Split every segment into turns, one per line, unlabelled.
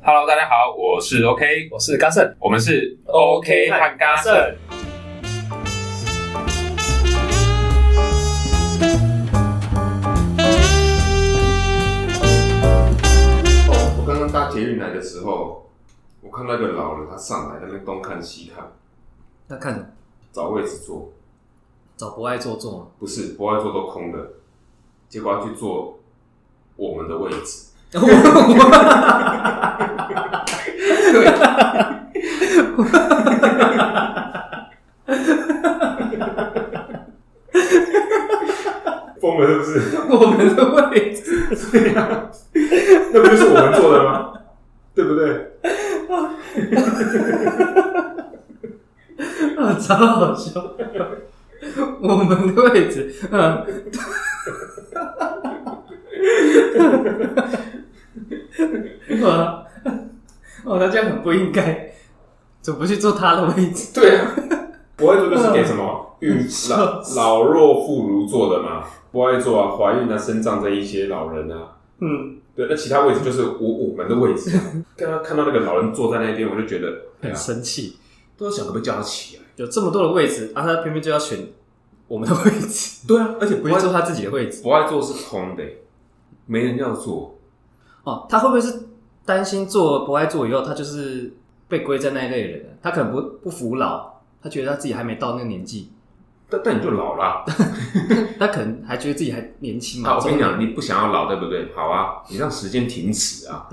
Hello，大家好，我是 OK，
我是嘉盛，
我们是
OK
和
嘉
嘎
盛
盛。
哦，我刚刚搭捷运来的时候，我看到一个老人，他上来在那边东看西看，
那看什么？
找位置坐，
找不爱做做 吗？
不是不爱坐都空的，结果他去坐我们的位 置。疯了是不是？
我们的位置，
对呀、 那不就是我们坐的吗？对不对？
啊，超好笑。我们的位置，嗯， 哇，哦，那这样很不应该，怎么不去坐他的位置？
对啊呀、不爱坐就是给什么
嗯
孕老老弱妇孺坐的嘛，不爱坐啊，怀孕啊、生障这一些老人啊。
嗯，
对，那其他位置就是我我们的位置。 刚刚看到那个老人坐在那边，我就觉得，哎
很
呀，
生气，
都想可不可以叫他起来？
有这么多的位置，啊，他偏偏就要选我们的位置，
对啊，而且
不
不
去
爱
坐
坐，
他自己的位置。
不爱坐是空的，没人要坐。
哦，他会不会是担心做不爱做以后，他就是被归在那一类人？他可能不不服老，他觉得他自己还没到那个年纪，
但但你就老了啊
嗯他可能还觉得自己还年轻嘛。
啊！我跟你
中
讲，
年，
你不想要老，对不对？好啊，你让时间停止 啊！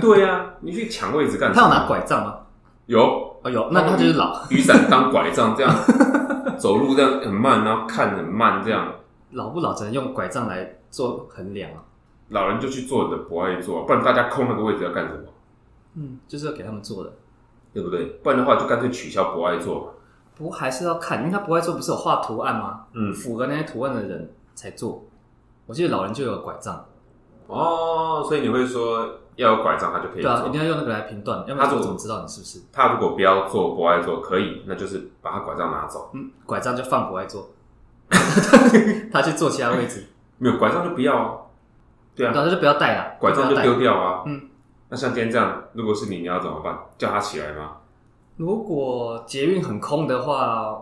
对啊，你去抢位置干什
他
么？
有拿拐杖吗？
有
哦，有，那他就是老
雨伞当拐杖这样走路，这样很慢，然后看很慢，这样
老不老，只能用拐杖来做衡量啊。
老人就去坐你的不爱坐，不然大家空那个位置要干什么？
嗯，就是要给他们做的，
对不对？不然的话就干脆取消不爱坐。
不过还是要看，因为他不爱做，不是有画图案吗？
嗯
符合那些图案的人才做。我记得老人就有拐杖，
哦，所以你会说要有拐杖，他就可以
对啊，一
做。
定要用那个来评断，要不
他
然
如
我
果
怎么知道你是不是？
他如果不要做，不爱做，可以，那就是把他拐杖拿走。
嗯，拐杖就放不爱做， 他去坐其他位置，
没有拐杖就不要啊。对
然
啊，
后就不要带了，
拐杖就
不要带
丢掉啊。
嗯。
那像今天这样，如果是你，你要怎么办？叫他起来吗？
如果捷运很空的话，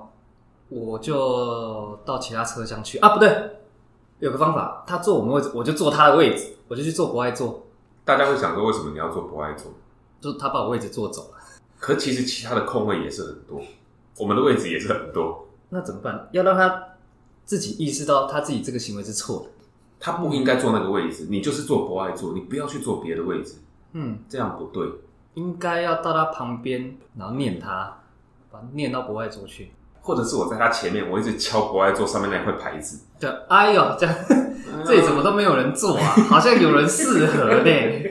我就到其他车厢去啊。不对，有个方法，他坐我们位置，我就坐他的位置，我就去坐不爱坐，
大家会想说，为什么你要做不爱做？
就是他把我位置坐走了。
可其实其他的空位也是很多，我们的位置也是很多。
那怎么办？要让他自己意识到他自己这个行为是错的。
他不应该坐那个位置，你就是坐不爱坐，你不要去坐别的位置，
嗯，
这样不对。
应该要到他旁边，然后念他，把他念到不爱坐去。
或者是我在他前面，我一直敲不爱坐上面那块牌子，
对，哎呦，这样这里怎么都没有人做啊？好像有人适合呢。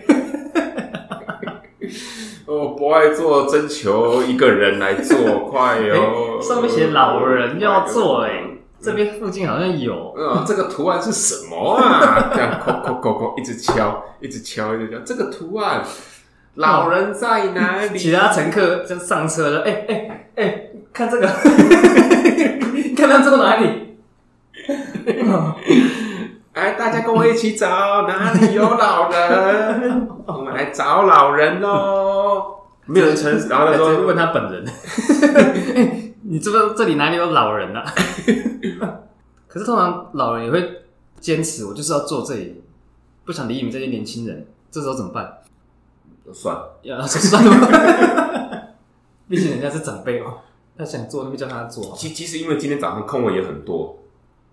哦，不爱做，征求一个人来做，快哦哟、
上面写老人要做、欸，哎，这边附近好像有。
嗯，这个图案是什么啊？ 这样扣扣扣扣，一直敲，一直敲，一直敲。这个图案，老人在哪里？
其他乘客就上车了，哎哎哎，看这个， 看他坐哪里？
哎，大家跟我一起找，哪里有老 人？我们来找老人喽。没有人承认，然后他
直接
说
问他本人，哎，你知不知道这里哪里有老人啊？ 可是通常老人也会坚持，我就是要坐这里，不想理你们这些年轻人，这时候怎么办？：“
算了，
要算了吧，毕竟人家是长辈哦，他想坐那边叫他坐哦。
其其实因为今天早上空位也很多，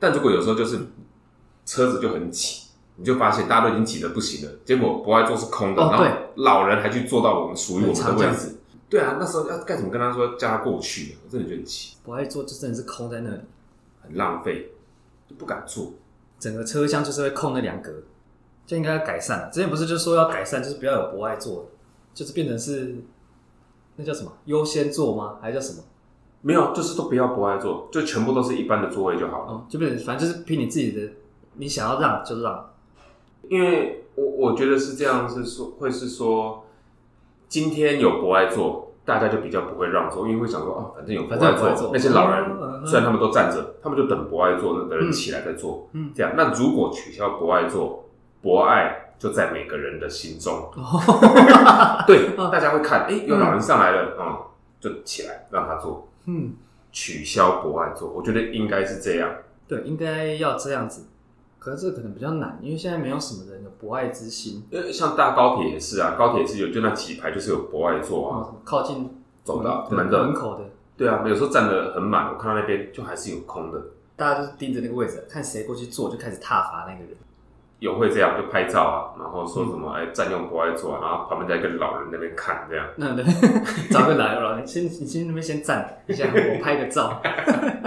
但如果有时候就是车子就很挤，你就发现大家都已经挤得不行了，结果不爱坐是空的，
哦
然
对
后老人还去坐到我们属于我们的
很常这
位
样
置。对啊，那时候要该怎么跟他说叫他过去？我真的觉得很气，
不爱坐就真的是空在那里，
很浪费，就不敢坐。
整个车厢就是会空那两格，这应该要改善啊了。之前不是就说要改善，就是不要有不爱坐，就是变成是那叫什么优先座吗？还是叫什么？
没有，就是都不要不爱坐，就全部都是一般的座位就好了。
哦，就变成反正就是凭你自己的，你想要让就让。
因为我我觉得是这样，是说会是说，今天有不爱坐，大家就比较不会让座，因为会想说哦，反正有不
反正有博爱
爱
座
坐，那些老人
嗯嗯
虽然他们都站着，他们嗯就等不爱坐那的人起来再坐，
嗯嗯
这样。那如果取消不爱坐，博爱就在每个人的心中。
哦，
对，
嗯
大家会看，诶，有老人上来了，嗯，就起来让他做，
嗯，
取消博爱做，我觉得应该是这样。
对，应该要这样子。可是这可能比较难，因为现在没有什么人有博爱之心，
因为呃像大高铁也是啊，高铁也是有就那几排就是有博爱做啊，
靠近
走到
哦门
门嗯的
门口的，
对啊，有时候站的很满，我看到那边就还是有空的，
大家就是盯着那个位置，看谁过去坐，就开始踏伐那个人。
有会这样就拍照啊，然后说什么哎占用博爱做啊，然后旁边再跟老人那边看这样。
那 对，找个来了，你先你先那边先站一下，我拍个照，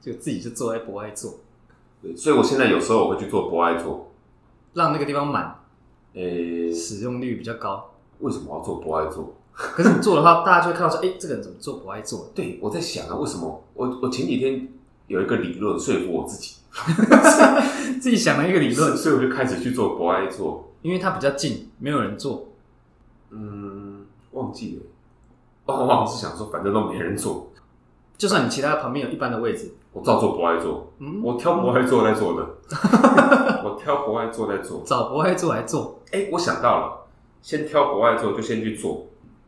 就自己就坐在博爱座，
对所以我现在有时候我会去做博爱座，
让那个地方满，
诶、
使用率比较高。
为什么要做博爱座？
可是你做的话，大家就会看到说，哎、这个人怎么做博爱座？
对，我在想啊，为什么我我前几天有一个理论说服我自己，
自己想了一个理论，
所以我就开始去做博爱座，
因为它比较近，没有人做，
嗯，忘记了，哦，我好像是想说反正都没人做，
就算你其他旁边有一般的位置，
我照做博爱座，
嗯，
我挑博爱座在做 的，我挑博爱座在做。
找博爱座来做，
哎、我想到了，先挑国外做，就先去做。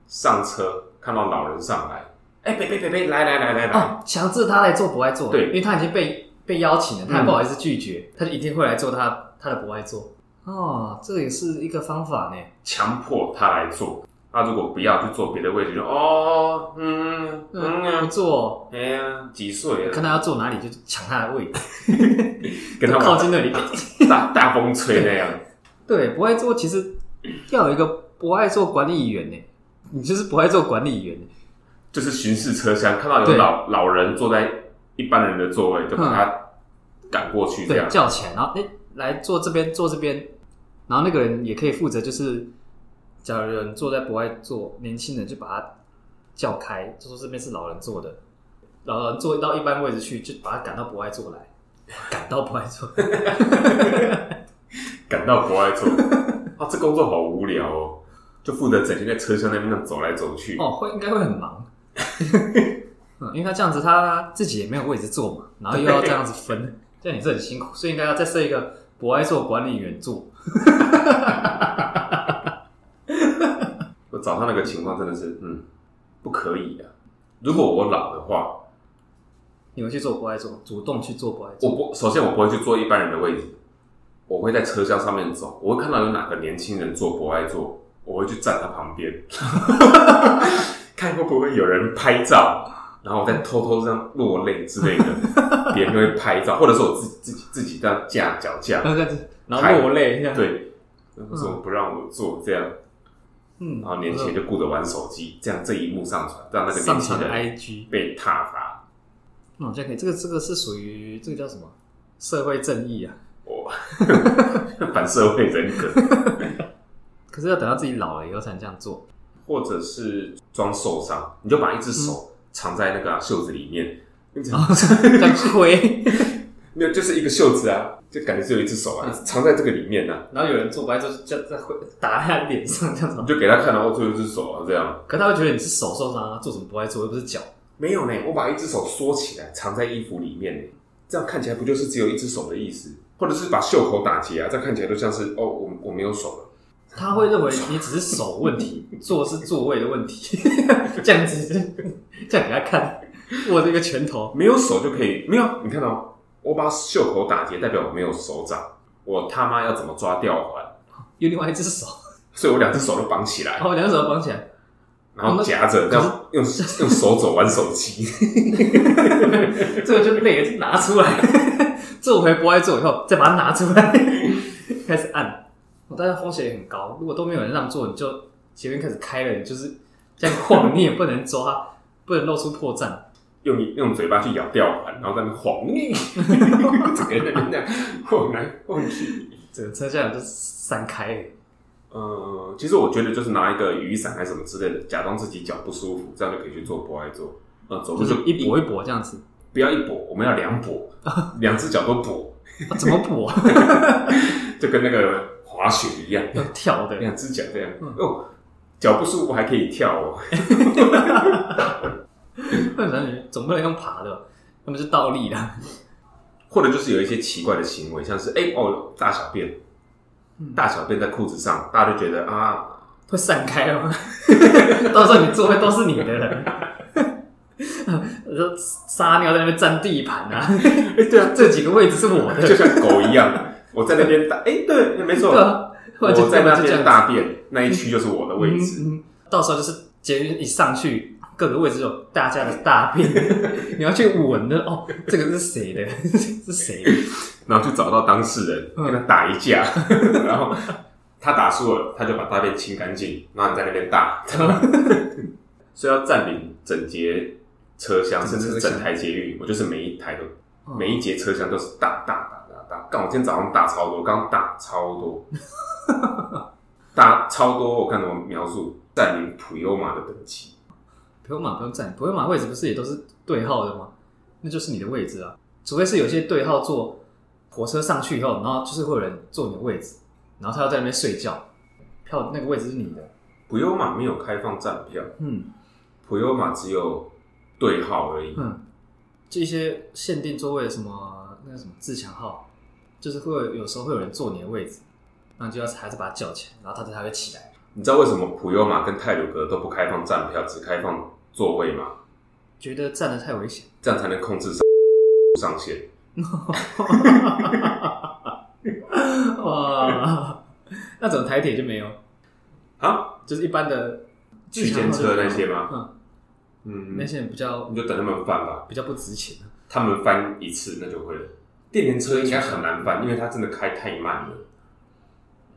上车看到老人上来，哎、别别别别，来来来来来，
哦，强制他来做博爱座，
啊对
因为他已经被被邀请了，他
嗯
不好意思拒绝，他就一定会来做他他的博爱座。哦，这也是一个方法呢。
强迫他来做。他如果不要去做别的位置，就哦，嗯嗯
嗯，不
啊，
做，
哎呀，几岁
看
了？
他要坐哪里就抢他的位，
跟他
靠
往
近 那里。
大大风吹那 样。
对，不爱做其实要有一个不爱做管理员呢，你就是不爱做管理员，
就是巡视车厢，看到有
对嗯
老老人坐在一般人的座位，就把他赶过去这
对，
样。
叫起来，然后哎、诶来坐这边，坐这边，然后那个人也可以负责，就是假如有人坐在不爱坐，年轻人就把他叫开，就说这边是老人坐的，老人坐到一般位置去，就把他赶到不爱坐来，赶到不爱 坐，
赶到国外做， 啊，这工作好无聊哦，就负责整天在车厢那边那样走来走去。
哦，会应该会很忙。 嗯，因为他这样子，他自己也没有位置坐嘛，然后又要这样子分，这样也是很辛苦，所以应该要再设一个不爱做管理员做。
我早上那个情况真的是，嗯，不可以啊。如果我老的话，
你会去做不爱做，主动去做不爱
我
做。
不首先我不会去坐一般人的位置，我会在车厢上面走，我会看到有哪个年轻人坐博爱座，我会去站他旁边， 看会不会有人拍照，然后我再偷偷这样落泪之类 的，别人就会拍照，或者是我自己自己自己这样架脚架，
然后这样子，然后落泪这样。，
对，为什么不让我坐这样？
嗯，
然后啊年轻人就顾着玩手机，这样这一幕上传，让那个年
上
轻
传
人
IG，
被踏伐。
嗯，这样可以。这个这个是属于这个叫什么？社会正义啊。
我反社会人格，
可是要等到自己老了以后才能这样做。
或者是装受伤，你就把一只手藏在那个啊、袖子里面，
这样亏。
没有，就是一个袖子啊，就感觉只有一只手啊，藏在这个里面呢、啊，
然后有人做不爱做，就这样这样会打在他脸上这样子
你。就给他看，然后就有一只手啊，这样
可他会觉得你是手受伤啊，做什么不爱做，又不是脚。
没有呢，我把一只手缩起来，藏在衣服里面呢，这样看起来不就是只有一只手的意思？或者是把袖口打结啊，这样看起来就像是哦，我我没有手了，
他会认为你只是手问题，坐是座位的问题， 这样子这样给他看，握这个拳头，
没有手就可以没有，你看到、哦、我把袖口打结，代表我没有手掌，我他妈要怎么抓吊环？
有另外一只手，
所以我两只手都绑起
然
来，
后两手绑起来，
然
哦
后夹着，这样用用手肘玩手机。
这个就累，就拿出来， 这回不爱做以后再把它拿出来， 开始按。哦但是风险也很高，如果都没有人让座，你就前面开始开了，你就是这样晃，你也不能抓，不能露出破绽。
用你用嘴巴去咬吊环，然后在那边晃， 整个人在那边这样晃来晃去。
整个车厢就散开了。
呃，其实我觉得就是拿一个雨伞还是什么之类的，假装自己脚不舒服，这样就可以去做博爱做。呃，走
就
路
是
就
一跛一跛这样子，
不要一跛，我们要两 跛，两只脚都跛，
啊怎么跛啊？
就跟那个滑雪一样，
要跳的，
两只脚这样
嗯。
哦，脚不舒服还可以跳哦。
那男女总不能用爬的吧，那么就倒 立啦。嗯
或者就是有一些奇怪的行为，像是哎、哦大小便，大小便在裤子上，大家就觉得啊，
会散开吗？ 到时候你座位都是你的了。 我说撒尿在那边占地盘啊！对啊，这几个位置是我 的。
就像狗一样， 我在那边大，哎、对，没错，
对啊，
我在那边
打
大便，那一区就是我的位置。
嗯嗯到时候就是捷运一上去，各个位置有大家的大 便，你要去闻的哦，这个是谁的？ 是谁的？
然后就找到当事人，
嗯
跟他打一架， 然后他打输了，他就把大便清干净，然后你在那边大，
嗯
所以要占领整节车厢，甚
整
至是
车厢
整台捷运，我就是每一台都，
哦
每一节车厢都是大大大大大。干，我今天早上大超多，刚大超多， 大超多，我看怎么描述占领普悠玛的等级。
不用马不用站，不用马位置不是也都是对号的吗？那就是你的位置啊，除非是有些对号坐火车上去以后，然后就是会有人坐你的位置，然后他要在那边睡觉，票那个位置是你的，
普悠玛没有开放站票，
嗯
普悠玛只有对号而已。
嗯，这些限定座位什么那个什么自强号，就是会有有时候会有人坐你的位置，那你就要还是把他叫起来，然后他才会起来，
你知道为什么普悠玛跟泰鲁格都不开放站票，只开放座位吗？
觉得站的太危险，
这样才能控制上上限。
哇，那种台铁就没有，
啊，
就是一般的
区间车那些吗
嗯。
嗯
那，些人比较
你就等他们翻吧，
比较不值钱啊。
他们翻一次那就会了。电联车应该很难翻，因为它真的开太慢了。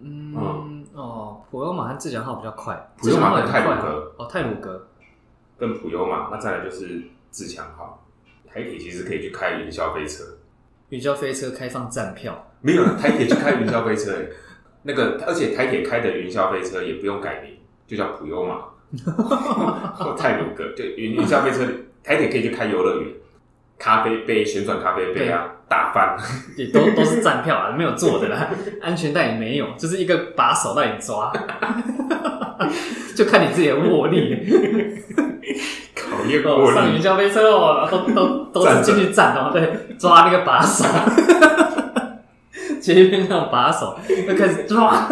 嗯，
嗯
哦，普悠玛和自强号比较快，
普悠玛跟
自强号也
泰
快
鲁
啊
格
哦，泰鲁格，
跟普悠玛，那再来就是自强号，台铁其实可以去开云霄飞车，
云霄飞车开放站票，
没有台铁去开云霄飞车、欸，那个而且台铁开的云霄飞车也不用改名，就叫普悠 玛或泰鲁格，对云云霄飞车，台铁可以去开游乐园，咖啡杯旋转咖啡杯啊，打翻，
也都都是站票啊， 没有坐的啦，安全带也没有，就是一个把手让你抓， 就看你自己的握力。
考验
哦，
过
上云
你，
霄飞车哦，都都都是
站着
进去站哦，对，抓那个把手， 前面那种把手就开始 抓，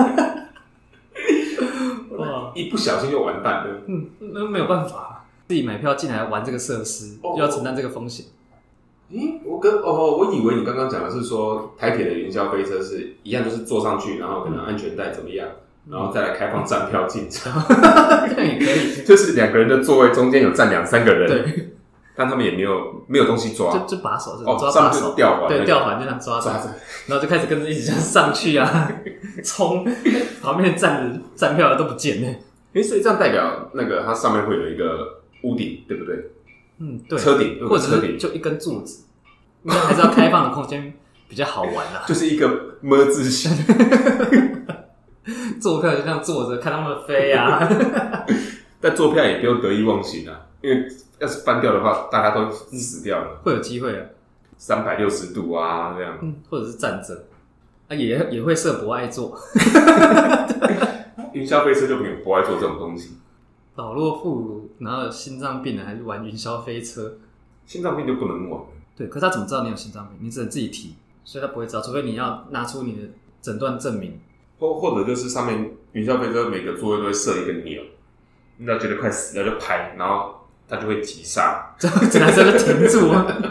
哇。
一不小心就完蛋了。
嗯，那没有办法，自己买票进来玩这个设施，
哦
就要承担这个风险。
咦，我跟哦，我以为你刚刚讲的是说台铁的云霄飞车是一样，就是坐上去，然后可能安全带怎么样，然
嗯
后再来开放站票进场，
这样也可以，
就是两个人的座位中间有站两三个人，
对，
但他们也没有没有东西抓，
就就把手，就
哦
抓
上
把
面
手，
就吊环那
对，
个
吊环就这样抓
抓
着，
着。
然后就开始跟着一起这样上去 啊，冲， 旁边的站着站票的都不见了。
诶，所以这样代表那个它上面会有一个屋顶，对不对？
嗯，对，
车顶
或者
车
是
顶
就一根柱子，应该还是要开放的空间比较好玩啊。
就是一个么字形，
坐客就这样坐着看他们飞啊，
但坐票也不用得意忘形啊，因为要是翻掉的话，大家都死掉了，
会有机会啊。
三百六十度啊这样。
嗯，或者是站着，啊也也会设博爱座。
云霄飞车就没有不爱做这种东西，
老弱妇孺，然后有心脏病的还是玩云霄飞车？
心脏病就不能玩了。
对，可是他怎么知道你有心脏病？你只能自己提，所以他不会知道，除非你要拿出你的诊断证明。
或或者就是上面云霄飞车每个座位都会设一个钮，那觉得快死了就拍，然后它就会急刹，
这这男生就停住，啊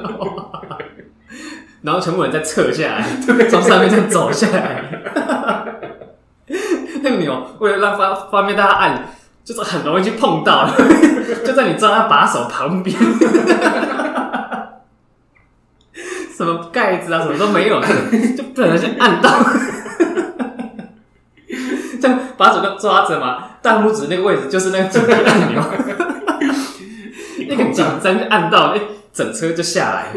然后全部人再撤下来，从上面再走下来。那个钮为了让方方便大家按，就是很容易去碰到， 就在你抓他把手旁边。 什么盖子啊，什么都没有，就不小心按到， 这样把手就抓着嘛，大拇指那个位置就是那个紧急按钮，那个紧张就按到，哎，整车就下来，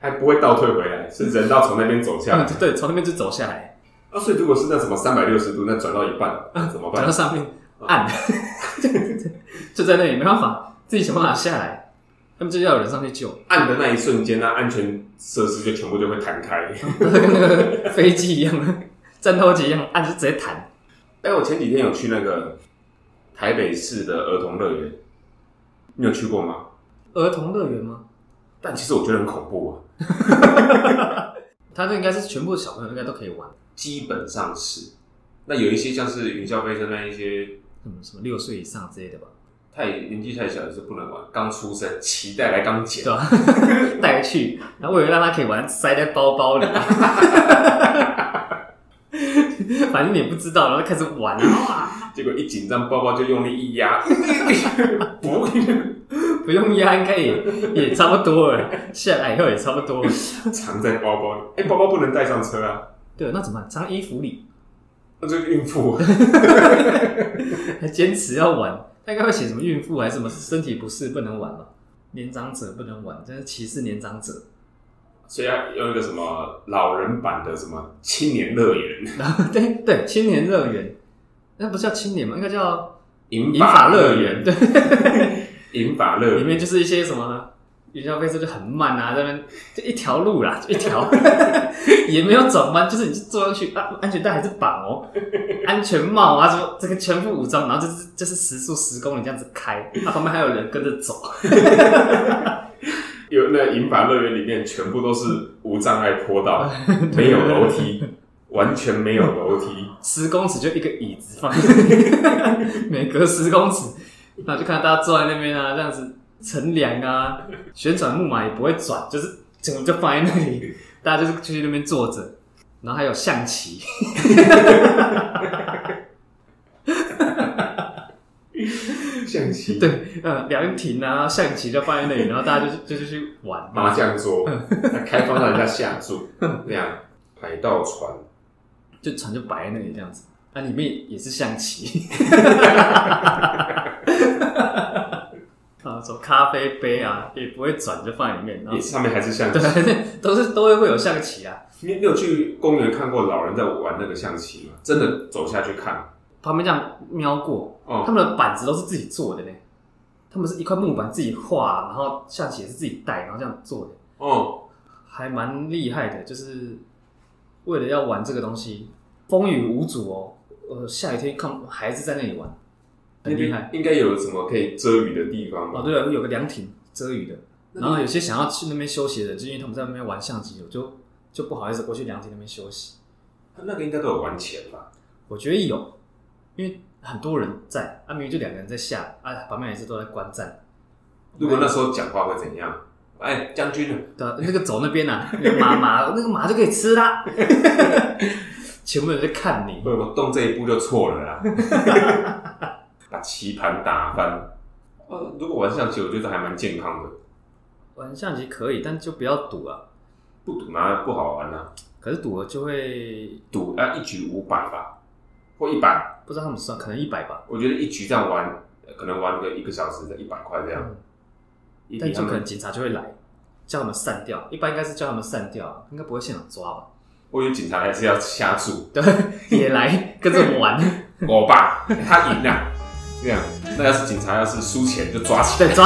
还不会倒退回来，是人要从那边走下来
嗯，。对，从那边就走下来，
啊，所以如果是那什么三百六十度，那转到一半、那怎么办
转到？上面按，就在那里没办法，自己想办法下来，他们就要有人上去救，
按的那一瞬间，那安全设施就全部就会弹开。
跟那个飞机一样，战斗机一样，按就直接弹，
哎，我前几天有去那个台北市的儿童乐园，你有去过吗？
儿童乐园吗？
但其实我觉得很恐怖啊。
他这应该是全部小朋友应该都可以玩，
基本上是。那有一些像是云霄飞车那一些，
什么什么六岁以上之类的吧，
太年纪太小也是不能玩，刚出生脐带来刚剪
对，吧、 带去，然后我以为让他可以玩，塞在包包里，反正你也不知道，然后开始玩啊，
结果一紧张包包就用力一压， 不，
不用压，应该也 也差不多了，下来以后也差不多了。
藏在包包里。哎、包包不能带上车啊，
对，那怎么办？藏衣服里，
那就是孕妇。
还坚持要玩，他应该会写什么孕妇还是什么身体不适不能玩吧？年长者不能玩，真是歧视年长者。
所以要用一个什么老人版的什么青年乐园、
然后对对，青年乐园，那不叫青年嘛，应该叫
银
银发乐园。对，
银发乐
里
园。
面就是一些什么云霄飞车就很慢啊，这边就一条路啦，就一条，也没有转弯，就是你就坐上去啊，安全带还是绑哦，安全帽啊，什么这个全副武装，然后就是就是时速十公里这样子开，啊，旁边还有人跟着走，
有那银发乐园里面全部都是无障碍坡 道，没有楼梯，完全没有楼 梯。
十公尺就一个椅子放在那里， 每隔十公尺，然后就看到大家坐在那边啊，这样子乘凉啊，旋转木马也不会转，就是整个就放在那里，大家就是去那边坐着，然后还有象棋，
象棋、
对，呃，凉亭啊，象棋就放在那里，然后大家就就就去玩
麻将桌，
嗯
开放让人家下 注，那样海盗船。
就船就摆在那里这样子，那、里面也是象棋， 啊，什么咖啡杯啊，也不会转就放在里面，然后
也上面还是象棋。
嗯对，都是都会会有象棋啊，
你你有去公园看过老人在玩那个象棋吗？真的走下去看
旁边这样瞄过，他
哦，
们的板子都是自己做的呢，他们是一块木板自己画，然后象棋也是自己带，然后这样做的，
哦，
还蛮厉害的。就是为了要玩这个东西，风雨无阻哦。呃，下雨天看孩子在那里玩，很厉害。
应该有什么可以遮雨的地方吧？
哦，对了，有个凉亭遮雨的，然后有些想要去那边休息的人，就因为他们在那边玩象棋，我就就不好意思过去凉亭那边休息。
那个应该都有玩钱吧？
我觉得有，因为很多人在，啊，明明就两个人在下，啊，旁边也是都在观战。
如果那时候讲话会怎样？哎，将军啊，
对啊，那个走那边啊，那个马马，那个马就可以吃啦。 全部人在看你，
我动这一步就错了啦， 把棋盘打翻。呃，如果玩象棋，我觉得还蛮健康的，
玩象棋可以，但就不要赌啊。
不赌嘛不好玩啊，
可是赌了就会
赌啊一局五百吧，或一百，
不知道他们算，可能一百吧，
我觉得一局这样玩，呃可能玩个一个小时的一百块这样
嗯，
一
但
比他
就可
们
能警察就会来，叫他们散掉。一般应该是叫他们散掉啊，应该不会现场抓 吧？
我以为警察还是要掐住
对，也来跟着我们玩，
我吧，他赢了，这样。那要是警察要是输钱就抓起来。
对，抓。